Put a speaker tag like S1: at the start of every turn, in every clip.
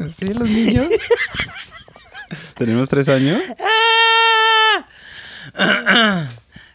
S1: así los niños? ¿Tenemos tres años?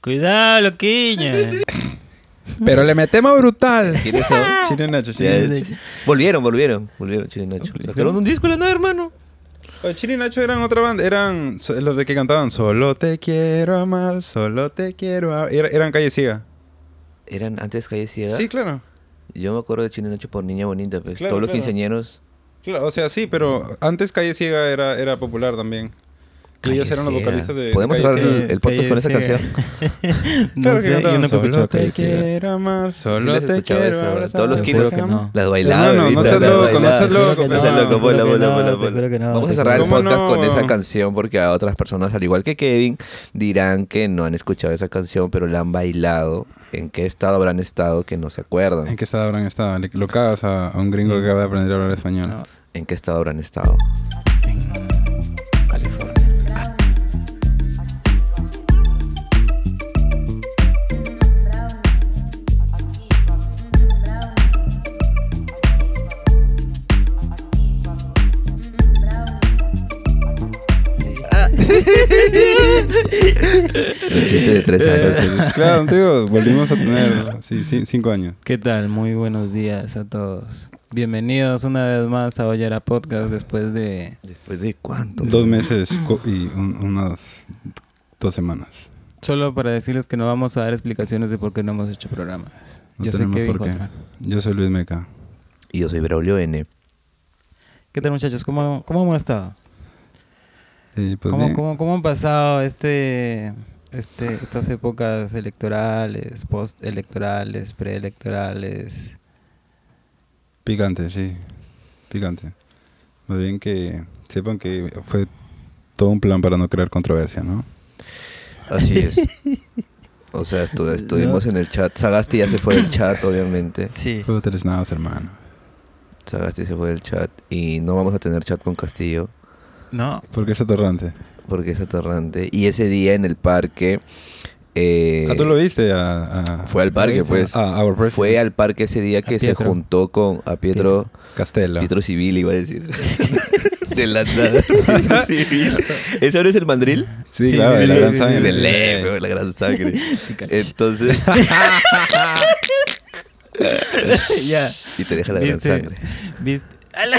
S2: Cuidado, loquiña.
S1: Pero le metemos brutal.
S3: ¿Quién es eso?
S1: Chino Nacho, Chino
S3: Ya,
S1: Nacho.
S3: volvieron, volvieron, volvieron, Chile Nacho. Sacaron un disco de la nada, hermano.
S1: Oye, Chino y Nacho eran otra banda, eran so- los de que cantaban Solo te quiero amar, solo te quiero amar. Era- eran Calle Ciega.
S3: Eran antes Calle Ciega.
S1: Sí, claro.
S3: Yo me acuerdo de Chile Nacho por Niña Bonita, pues.
S1: Claro,
S3: Todos los
S1: claro.
S3: quinceañeros.
S1: Claro, o sea, sí, pero antes Calle Ciega era, era popular también. Y ellos
S3: Calle
S1: eran los
S3: Ciega.
S1: vocalistas de. de
S3: Podemos
S1: Calle
S3: cerrar
S1: Ciega.
S3: el, el podcast con esa
S2: Cállese.
S3: canción.
S2: no
S1: Claro que
S2: sé, yo
S1: cantaban,
S2: nunca he escuchado
S1: Solo te
S2: Calle Ciega.
S1: quiero amar, solo
S3: les he
S1: te
S3: escuchado
S1: quiero
S3: esa,
S1: abrazar.
S3: todos los
S1: Te
S2: kilos que
S1: amo.
S2: no.
S3: Las bailadas.
S1: Hermano, no
S3: ahorita,
S1: seas
S3: las
S1: loco, no
S3: bailadas.
S1: seas loco,
S3: No seas
S1: no,
S3: loco,
S1: te
S3: bola,
S2: juro que
S3: bola,
S2: no,
S3: bola,
S2: te
S3: bola.
S2: juro que no,
S3: Vamos
S2: te
S3: a cerrar el
S1: juro que
S3: podcast
S1: no.
S3: con esa canción porque a otras personas, al igual que Kevin, dirán que no han escuchado esa canción, pero la han bailado. ¿En qué estado habrán estado que no se
S1: ¿En
S3: acuerdan?
S1: qué estado habrán estado? Le- Lo cagas a, a un gringo que acaba de aprender a hablar español.
S2: No.
S3: ¿En qué estado habrán estado?
S2: California.
S3: El chiste de tres años.
S1: Entonces, Eh, claro, te digo, volvimos a tener sí, sí, cinco años.
S2: ¿Qué tal? Muy buenos días a todos. Bienvenidos una vez más a Ollera Podcast después de...
S3: ¿Después de cuánto?
S1: Dos meses co- y un- unas dos semanas.
S2: Solo para decirles que no vamos a dar explicaciones de por qué no hemos hecho programas.
S1: No
S2: Yo soy
S1: tenemos
S2: Kevin
S1: por qué.
S2: Hoffman.
S1: Yo soy Luis Meca.
S3: Y yo soy Braulio N.
S2: ¿Qué tal muchachos? ¿Cómo, cómo hemos estado?
S1: Eh, pues
S2: ¿Cómo,
S1: bien.
S2: cómo, cómo han pasado este, este, estas épocas electorales, postelectorales, preelectorales?
S1: Picante, sí. Picante. Más bien que sepan que fue todo un plan para no crear controversia, ¿no?
S3: Así es. O sea, estu- estuvimos en el chat. Sagasti ya se fue del chat, obviamente.
S2: Sí.
S1: Luego tres nada, hermano.
S3: Sagasti se fue del chat. Y no vamos a tener chat con Castillo.
S2: ¿No?
S1: Porque es atorrante.
S3: porque es aterrante. Y ese día en el parque. eh,
S1: ah, tú lo ah, viste a. a-
S3: Fue al parque,
S2: Lo hice.
S3: pues.
S1: a Our President
S3: Fue al parque ese día
S2: A
S3: que se
S2: Pietro.
S3: juntó con a Pietro,
S1: Castelo.
S3: Pietro Civil, iba a decir. de la nada. Pietro Civil. ¿Ese ahora es el mandril?
S1: Sí,
S2: Sí,
S1: claro,
S2: sí,
S1: de la
S2: sí,
S1: gran Eh,
S2: sí,
S1: sangre.
S3: De ley, bro, la gran sangre. eh, Entonces.
S2: ya.
S3: y te deja la gran
S2: Viste.
S3: sangre.
S2: ¿Viste? ¡Ala!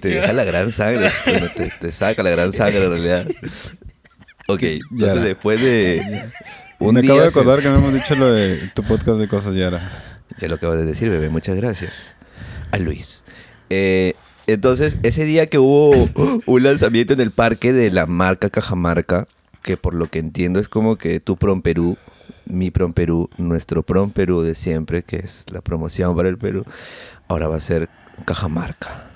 S3: Te deja la gran sangre. Bueno, te, te saca la gran sangre en realidad. Ok, entonces
S1: Yara.
S3: después de. Un
S1: Me
S3: día
S1: acabo de
S3: se-
S1: acordar que no hemos dicho lo de tu podcast de cosas, Yara.
S3: Ya lo acabas de decir, bebé. Muchas gracias. A Luis. Eh, entonces, ese día que hubo un lanzamiento en el parque de la marca Cajamarca, que por lo que entiendo es como que tu Prom Perú, mi Prom Perú, nuestro Prom Perú de siempre, que es la promoción para el Perú, ahora va a ser Cajamarca.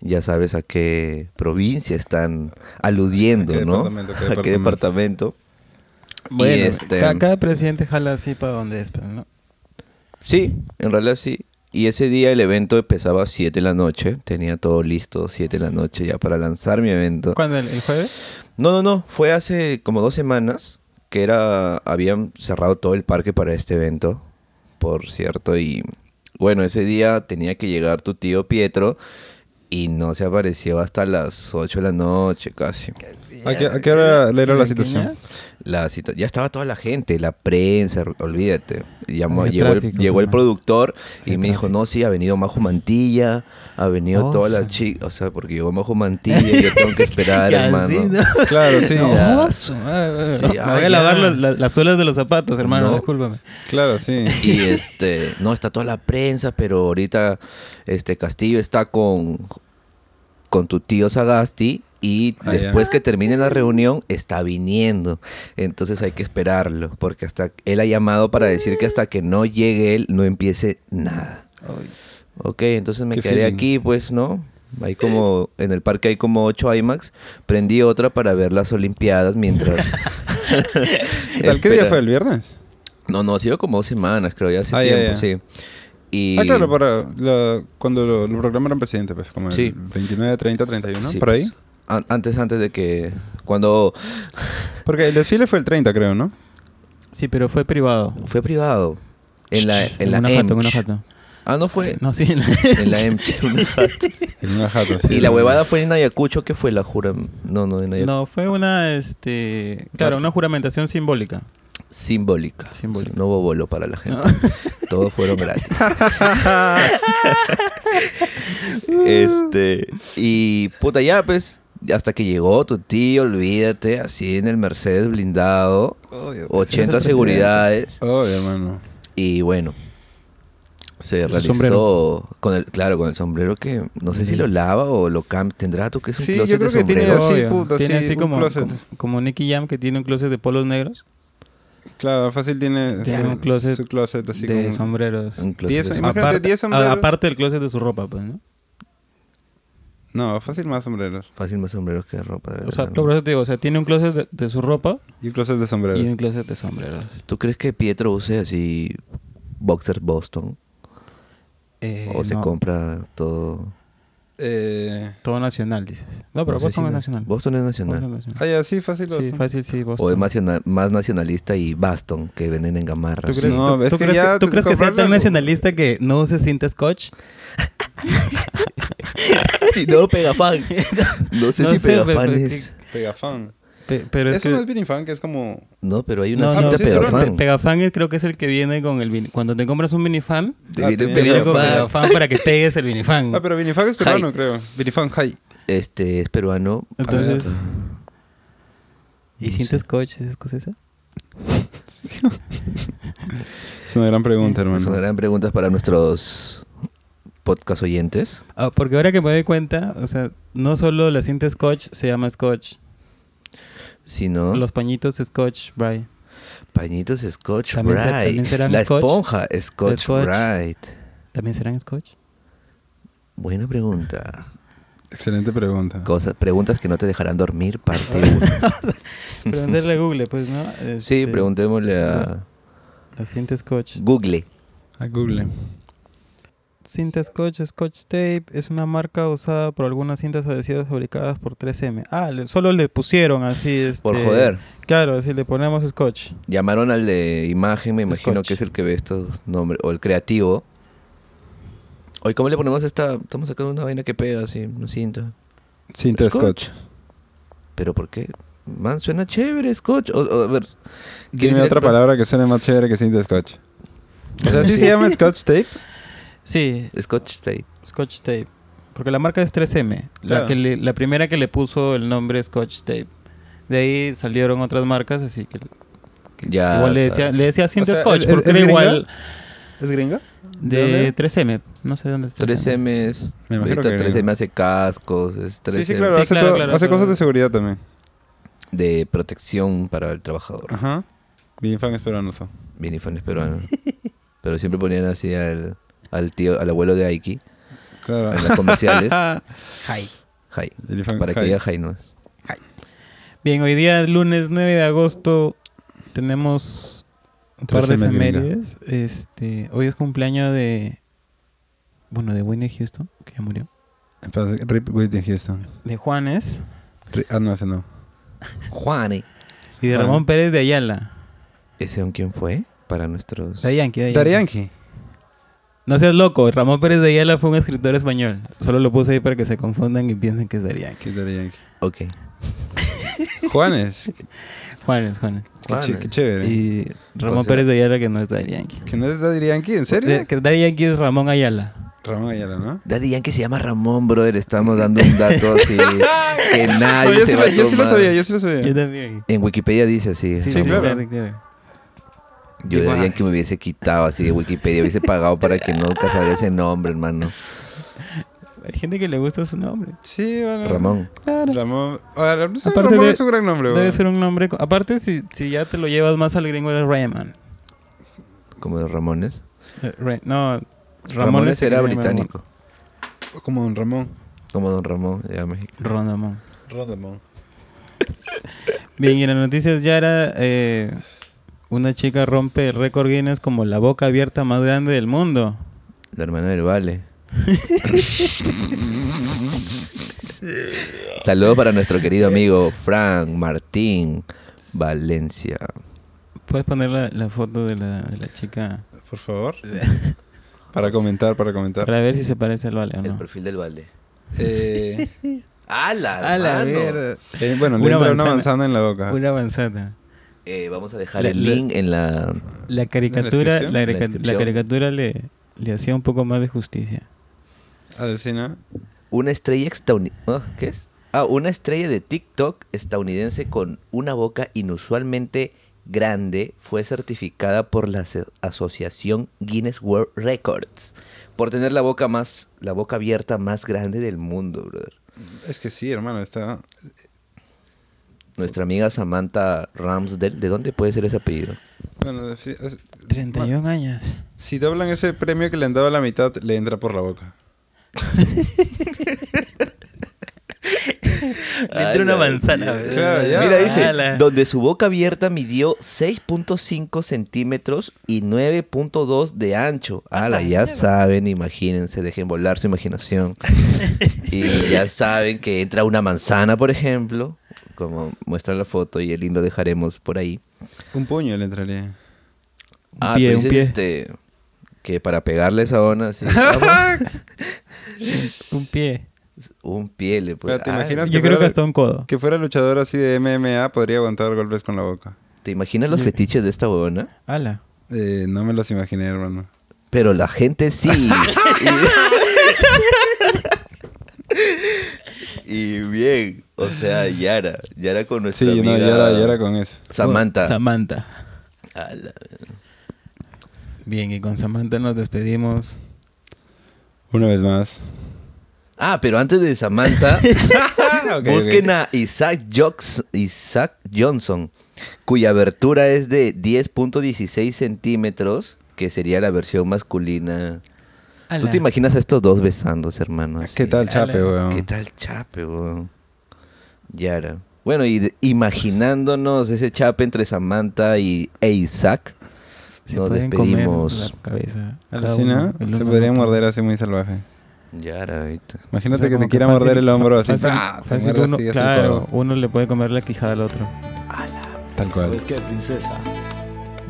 S3: Ya sabes a qué provincia están aludiendo,
S1: ¿A qué
S3: ¿no?
S1: departamento, a qué
S3: A qué departamento.
S2: Bueno,
S3: este-
S2: ca- cada presidente jala así para donde es, pues, ¿no?
S3: Sí, en realidad sí. Y ese día el evento empezaba a 7 de la noche. Tenía todo listo, 7 de la noche ya para lanzar mi evento.
S2: ¿Cuándo? ¿El, el jueves?
S3: No, no, no. Fue hace como dos semanas que era habían cerrado todo el parque para este evento, por cierto. Y bueno, ese día tenía que llegar tu tío Pietro y no se apareció hasta las 8 de la noche casi.
S1: ¿A qué, a qué hora le era la situación?
S3: La cita- ya estaba toda la gente, la prensa, r- olvídate. Llamó-
S2: El
S3: llegó, el,
S2: tráfico,
S3: llegó el
S2: ¿no?
S3: productor y
S2: El
S3: me dijo, no, sí, ha venido Majo Mantilla, ha venido
S2: Oh,
S3: toda la
S2: sí.
S3: chica, o sea, porque llegó Majo Mantilla y yo tengo que esperar, hermano.
S1: Claro, sí.
S3: No.
S2: No, su madre.
S3: Sí,
S2: Me voy
S3: ah,
S2: a lavar
S3: ya.
S2: los- la- las suelas de los zapatos, hermano,
S3: No.
S2: discúlpame.
S1: Claro, sí.
S3: Y este, no, está toda la prensa, pero ahorita este Castillo está con, con tu tío Sagasti y
S1: Ah, ya.
S3: después que termine la reunión está viniendo. Entonces hay que esperarlo, porque hasta él ha llamado para decir que hasta que no llegue él no empiece nada. Ok, entonces me
S1: Qué
S3: quedé
S1: feeling.
S3: aquí, pues, ¿no? Hay como, en el parque hay como ocho IMAX. Prendí otra para ver las Olimpiadas mientras...
S1: ¿Tal qué día
S3: Espera.
S1: fue? ¿El viernes?
S3: No, no, ha sido como dos semanas, creo, ya hace
S1: Ah, ya,
S3: tiempo,
S1: ya.
S3: sí. Y...
S1: Ah, claro, para la- cuando lo, lo programaron presidente, pues, como el
S3: Sí.
S1: 29, 30, 31,
S3: sí,
S1: por ahí.
S3: pues, an- antes, antes de que... Cuando
S1: Porque el desfile fue el 30, creo, ¿no?
S2: Sí, pero fue privado.
S3: fue privado, en la, en la
S2: una jato,
S3: EMCH,
S2: una jato.
S3: Ah, no fue.
S2: No, sí. en la-
S3: En la MC. una jata.
S1: En una jata, sí.
S3: Y la huevada fue en Ayacucho, ¿qué fue la jura? No, no, en Ayacucho.
S2: No, fue una, este... Claro, una juramentación simbólica.
S3: Simbólica.
S2: Simbólica.
S3: No hubo bolo para la gente.
S1: Ah.
S3: Todos fueron gratis. este. Y puta, ya pues. Hasta que llegó tu tío, olvídate, así en el Mercedes blindado.
S1: Obvio, pues, sí,
S3: 80
S1: es el
S3: seguridades.
S1: presidente. Obvio, hermano.
S3: Y bueno. Se
S2: Su
S3: realizó
S2: sombrero.
S3: con el, claro, con el sombrero que no sé si lo lava o lo cambia. Tendrá tú que es un
S1: Sí, yo
S3: closet
S1: creo
S3: de
S1: que tiene
S3: sombreros?
S1: así,
S2: Obvio.
S1: puta,
S2: tiene
S1: sí,
S2: así
S1: un
S2: como,
S1: closet.
S2: como, como Nicky Jam que tiene un closet de polos negros,
S1: Claro, fácil tiene
S2: Tiene
S1: su,
S2: un closet
S1: su closet así
S2: de
S1: como...
S2: sombreros.
S3: Un closet
S1: Diez-
S3: de sombreros.
S1: Imagínate,
S2: Aparte,
S1: 10
S2: a-
S1: sombreros.
S2: aparte del closet de su ropa, pues, ¿no?
S1: No, fácil más sombreros.
S3: Fácil más sombreros que ropa. de
S2: O sea,
S3: verdad,
S2: lo
S3: ¿no?
S2: por eso te digo, o sea, tiene un closet de, de su ropa
S1: Y un closet de sombreros.
S2: y un closet de sombreros.
S3: ¿Tú crees que Pietro use así boxer Boston?
S2: Eh,
S3: ¿O se
S2: no,
S3: compra todo?
S1: Eh...
S2: Todo nacional, dices. No, pero
S3: No sé
S2: Boston
S3: si
S2: es
S3: na-
S2: nacional.
S3: Boston es nacional.
S2: Boston es nacional.
S1: Ah, ya, sí, fácil.
S2: Sí,
S1: bastante.
S2: fácil, sí, Boston.
S3: O es naciona- más nacionalista y Baston que venden en Gamarra.
S2: ¿Tú crees,
S1: No,
S2: tú-
S1: es
S2: tú
S1: que
S2: crees
S1: ya
S2: tú crees que sea tan
S1: comprarla-
S2: nacionalista que no use cinta scotch?
S3: si no, Pegafan. No sé
S2: No sé,
S3: si
S2: pero-
S3: Pegafan
S2: pero-
S3: es...
S1: Pegafan.
S2: Pe- pero es
S1: Eso
S2: que...
S1: no es bien infan, que es como...
S3: No, pero hay una
S2: No,
S1: Ah,
S2: no,
S3: cinta
S1: sí, pero-
S2: pero
S3: Pegafan.
S2: Pe- Pegafan es- creo que es el que viene con el... vin- Cuando te compras un minifan,
S3: Te
S1: Ah,
S3: viene
S1: tenía
S2: viene con
S1: Pegafan.
S2: Pegafan para que pegues el minifan.
S1: Ah, pero Vinifan es
S3: Hi.
S1: peruano, creo. Vinifan High.
S3: Este es peruano.
S2: Entonces...
S1: Ah,
S2: ¿Y cinta scotch es escocesa?
S1: Es una gran pregunta, hermano.
S3: Son gran preguntas para nuestros podcast oyentes.
S2: Ah, porque ahora que me doy cuenta, o sea, no solo la cinta Scotch se llama Scotch,
S3: Si no,
S2: los pañitos Scotch, Bry.
S3: pañitos Scotch
S2: También se-
S3: Brite.
S2: también serán
S3: La
S2: Scotch.
S3: esponja Scotch,
S2: Scotch.
S3: Brite.
S2: ¿También serán Scotch?
S3: Buena pregunta.
S1: Excelente pregunta.
S3: Cosas, preguntas que no te dejarán dormir, parte uno.
S2: Preguntarle a Google, pues, ¿no? Este,
S3: Sí, preguntémosle a
S2: La cinta Scotch.
S3: Google.
S1: A Google.
S2: Cinta Scotch, Scotch Tape, es una marca usada por algunas cintas adhesivas fabricadas por 3M. Ah, le- solo le pusieron así, este...
S3: Por joder.
S2: Claro, así le ponemos Scotch.
S3: Llamaron al de imagen, me imagino
S2: Scotch.
S3: que es el que ve estos nombres, o el creativo. Oye, ¿cómo le ponemos esta? Estamos sacando una vaina que pega así, una cinta.
S1: Cinta
S3: Scotch.
S1: Scotch.
S3: ¿Pero por qué? Man, suena chévere, Scotch. O- o, a ver,
S1: Dime otra palabra que suene más chévere que cinta Scotch. O sea, ¿sí se llama Scotch Tape?
S2: Sí,
S3: Scotch tape.
S2: Scotch Tape. Porque la marca es 3M. La,
S1: Claro.
S2: que le- la primera que le puso el nombre Scotch Tape. De ahí salieron otras marcas, así que
S3: Ya.
S2: igual le
S3: o sea,
S2: decía, le decía cinta
S1: Ah, O sea,
S2: Scotch,
S1: ¿es-
S2: porque
S1: es
S2: era
S1: gringa?
S2: igual
S1: ¿Es gringa? ¿De
S2: de,
S1: dónde?
S2: 3M. No sé dónde está.
S3: 3M es.
S1: Me imagino
S3: ahorita
S1: que
S3: 3M hace cascos, es 3M
S1: Sí, sí, claro.
S2: Sí,
S1: hace
S2: claro,
S1: todo-
S2: claro,
S1: hace
S2: claro.
S1: cosas de seguridad también.
S3: de protección para el trabajador.
S1: Ajá. Vinifan es peruano. so.
S3: Vinifan es peruano. Pero siempre ponían así al, al tío, al abuelo de Aiki,
S1: Claro.
S3: en las comerciales.
S2: Hi.
S3: Jai.
S1: Vinifan
S3: Para que
S1: High.
S3: diga Jai no.
S2: Bien, hoy día, lunes 9 de agosto, tenemos un par de
S1: 3M gringa.
S2: efemérides. Este, hoy es cumpleaños de. Bueno, de Whitney Houston, que ya murió.
S1: Entonces, Rip Whitney Houston.
S2: De Juanes.
S1: Ri- Ah, no, ese no.
S3: Juani.
S2: Y de
S1: Juan. ¿eh?
S2: Ramón Pérez de Ayala.
S3: ¿Ese aún quién fue? Para nuestros.
S2: De Yankee, de Yankee.
S1: Tarianji.
S2: No seas loco, Ramón Pérez de Ayala fue un escritor español. Solo lo puse ahí para que se confundan y piensen que es de Yankee.
S1: ¿Qué es Tarianji?
S3: Ok.
S1: Juanes.
S2: Juanes, Juanes.
S1: Qué,
S3: Juanes.
S1: chi- qué chévere.
S2: Y Ramón
S3: O sea-
S2: Pérez de Ayala que no es Daddy Yankee.
S1: ¿Que no es Daddy Yankee? ¿En serio?
S2: De- Eh, que Daddy Yankee es Ramón Ayala.
S1: Ramón Ayala, ¿no?
S3: Daddy Yankee se llama Ramón, brother. Estamos dando un dato así que nadie
S1: No, Ah, yo,
S3: se
S1: sí
S3: va
S1: lo,
S3: a
S1: yo sí lo
S3: tomar.
S1: sabía, yo sí lo sabía.
S2: también.
S3: En Wikipedia dice así.
S1: Sí,
S2: Sí, sí,
S3: Ramón.
S1: claro.
S2: claro, claro.
S3: Yo de
S1: Igual.
S3: Yankee me hubiese quitado así de Wikipedia, hubiese pagado para que nunca salga ese nombre, hermano.
S2: Hay gente que le gusta su nombre.
S1: Sí, bueno.
S3: Ramón.
S2: Claro.
S1: Ramón. Ahora, Ramón
S2: Aparte de-
S1: es un gran nombre,
S2: Debe
S1: güey.
S2: ser un nombre. co- Aparte, si, si ya te lo llevas más al gringo, eres Rayman.
S3: Como los Ramones.
S2: Eh, Ray- no, Ramón
S3: Ramones
S2: es el
S3: era
S2: que se llama
S3: británico.
S1: Como Don Ramón.
S3: Como Don Ramón, ya México.
S2: Ramón. Ron Ramón.
S1: Rondamón.
S2: Bien, y en las noticias ya era. eh, una chica rompe el récord Guinness como la boca abierta más grande del mundo.
S3: La hermana del Vale. Saludos para nuestro querido amigo Frank Martín Valencia.
S2: ¿Puedes poner la, la foto de la, de la chica?
S1: Por favor. Para comentar, para comentar.
S2: Para ver si se parece al vale o
S3: El
S2: no.
S3: perfil del balde.
S1: Eh,
S3: ¡Ala, hermano!
S1: eh, bueno,
S2: Una
S1: le entra una
S2: manzana.
S1: manzana en la
S3: Ah.
S1: boca.
S2: Una avanzada.
S3: Eh, vamos a dejar
S2: La-
S3: el
S2: la-
S3: link en la...
S2: La caricatura,
S1: descripción?
S2: la,
S3: La
S2: carica- la
S3: descripción.
S2: caricatura le, le hacía un poco más de justicia.
S1: Alucina.
S3: Una estrella estadounidense... ¿Qué es? Ah, una estrella de TikTok estadounidense con una boca inusualmente grande fue certificada por la aso- asociación Guinness World Records por tener la boca más la boca abierta más grande del mundo, brother.
S1: Es que sí, hermano, está.
S3: Nuestra amiga Samantha Ramsdell, ¿de dónde puede ser ese apellido?
S1: Bueno, sí, es-
S2: 31 años.
S1: Si doblan ese premio que le han dado a la mitad, le entra por la boca.
S2: Le entró una manzana.
S1: mierda. Claro, ya.
S3: Mira, dice,
S2: Ala.
S3: donde su boca abierta midió 6.5 centímetros y 9.2 de ancho. Ala, ya saben, imagínense, dejen volar su imaginación. y ya saben que entra una manzana, por ejemplo, como muestra la foto y el lindo dejaremos por ahí.
S1: Un puño le entraría.
S2: Un
S3: Ah,
S2: pie,
S3: tú
S2: un
S3: dices,
S2: pie.
S3: este, que para pegarle esa onda, así, vamos,
S2: Un pie.
S3: un pie le puede...
S1: Pero te
S3: Ah,
S1: imaginas
S2: Yo
S1: que
S2: creo
S1: fuera-
S2: que hasta un codo.
S1: Que fuera luchador así de MMA, podría aguantar golpes con la boca.
S3: ¿Te imaginas los fetiches de esta huevona?
S2: Ala.
S1: Eh, no me los imaginé, hermano.
S3: Pero la gente sí. y, y bien, o sea, Yara. Yara con nuestra
S1: Sí, no,
S3: amiga
S1: ya era, ya era con eso.
S3: Samantha.
S2: Samantha.
S3: A la-
S2: Bien, y con Samantha nos despedimos.
S1: Una vez más.
S3: Ah, pero antes de Samantha,
S1: Ah, ok, ok.
S3: busquen a Isaac, Jox- Isaac Johnson, cuya abertura es de 10.16 centímetros, que sería la versión masculina. ¿Tú
S2: Ala.
S3: te imaginas a estos dos besándose, hermano?
S1: ¿Qué
S3: así?
S1: tal, Chape, weón?
S3: ¿Qué tal chape, weón? Yara. Bueno, y de- imaginándonos ese chape entre Samantha y e Isaac,
S2: Se
S3: nos
S2: pueden comer
S3: despedimos.
S2: la cabeza. cada
S1: Alucina,
S2: uno, el
S1: se
S2: uno
S1: podría
S2: al otro.
S1: morder así muy salvaje.
S3: Yara, ahorita.
S1: Imagínate
S2: O sea,
S1: que
S2: como
S1: te quiera
S2: fácil-
S1: morder el hombro así.
S2: fácil-
S1: ¡fra! Te
S2: fácil
S1: muerde
S2: uno-
S1: así hasta el
S2: claro,
S1: codo.
S2: uno le puede comer la quijada al otro.
S1: Tal cual.
S4: Sabes que princesa,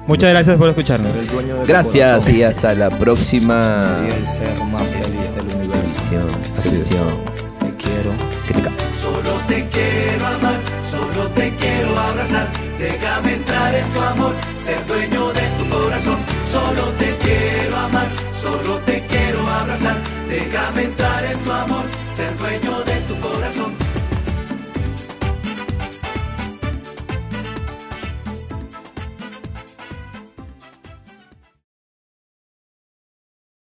S2: Muchas gracias por escucharnos.
S4: ser el dueño de tu
S3: Gracias
S4: corazón.
S3: y hasta la próxima
S4: Y el ser más feliz del universo.
S3: edición,
S1: Así es.
S3: sesión.
S4: Te quiero.
S3: Que te ca-
S5: Solo te quiero amar, solo te quiero abrazar. Déjame entrar en tu amor, ser dueño de tu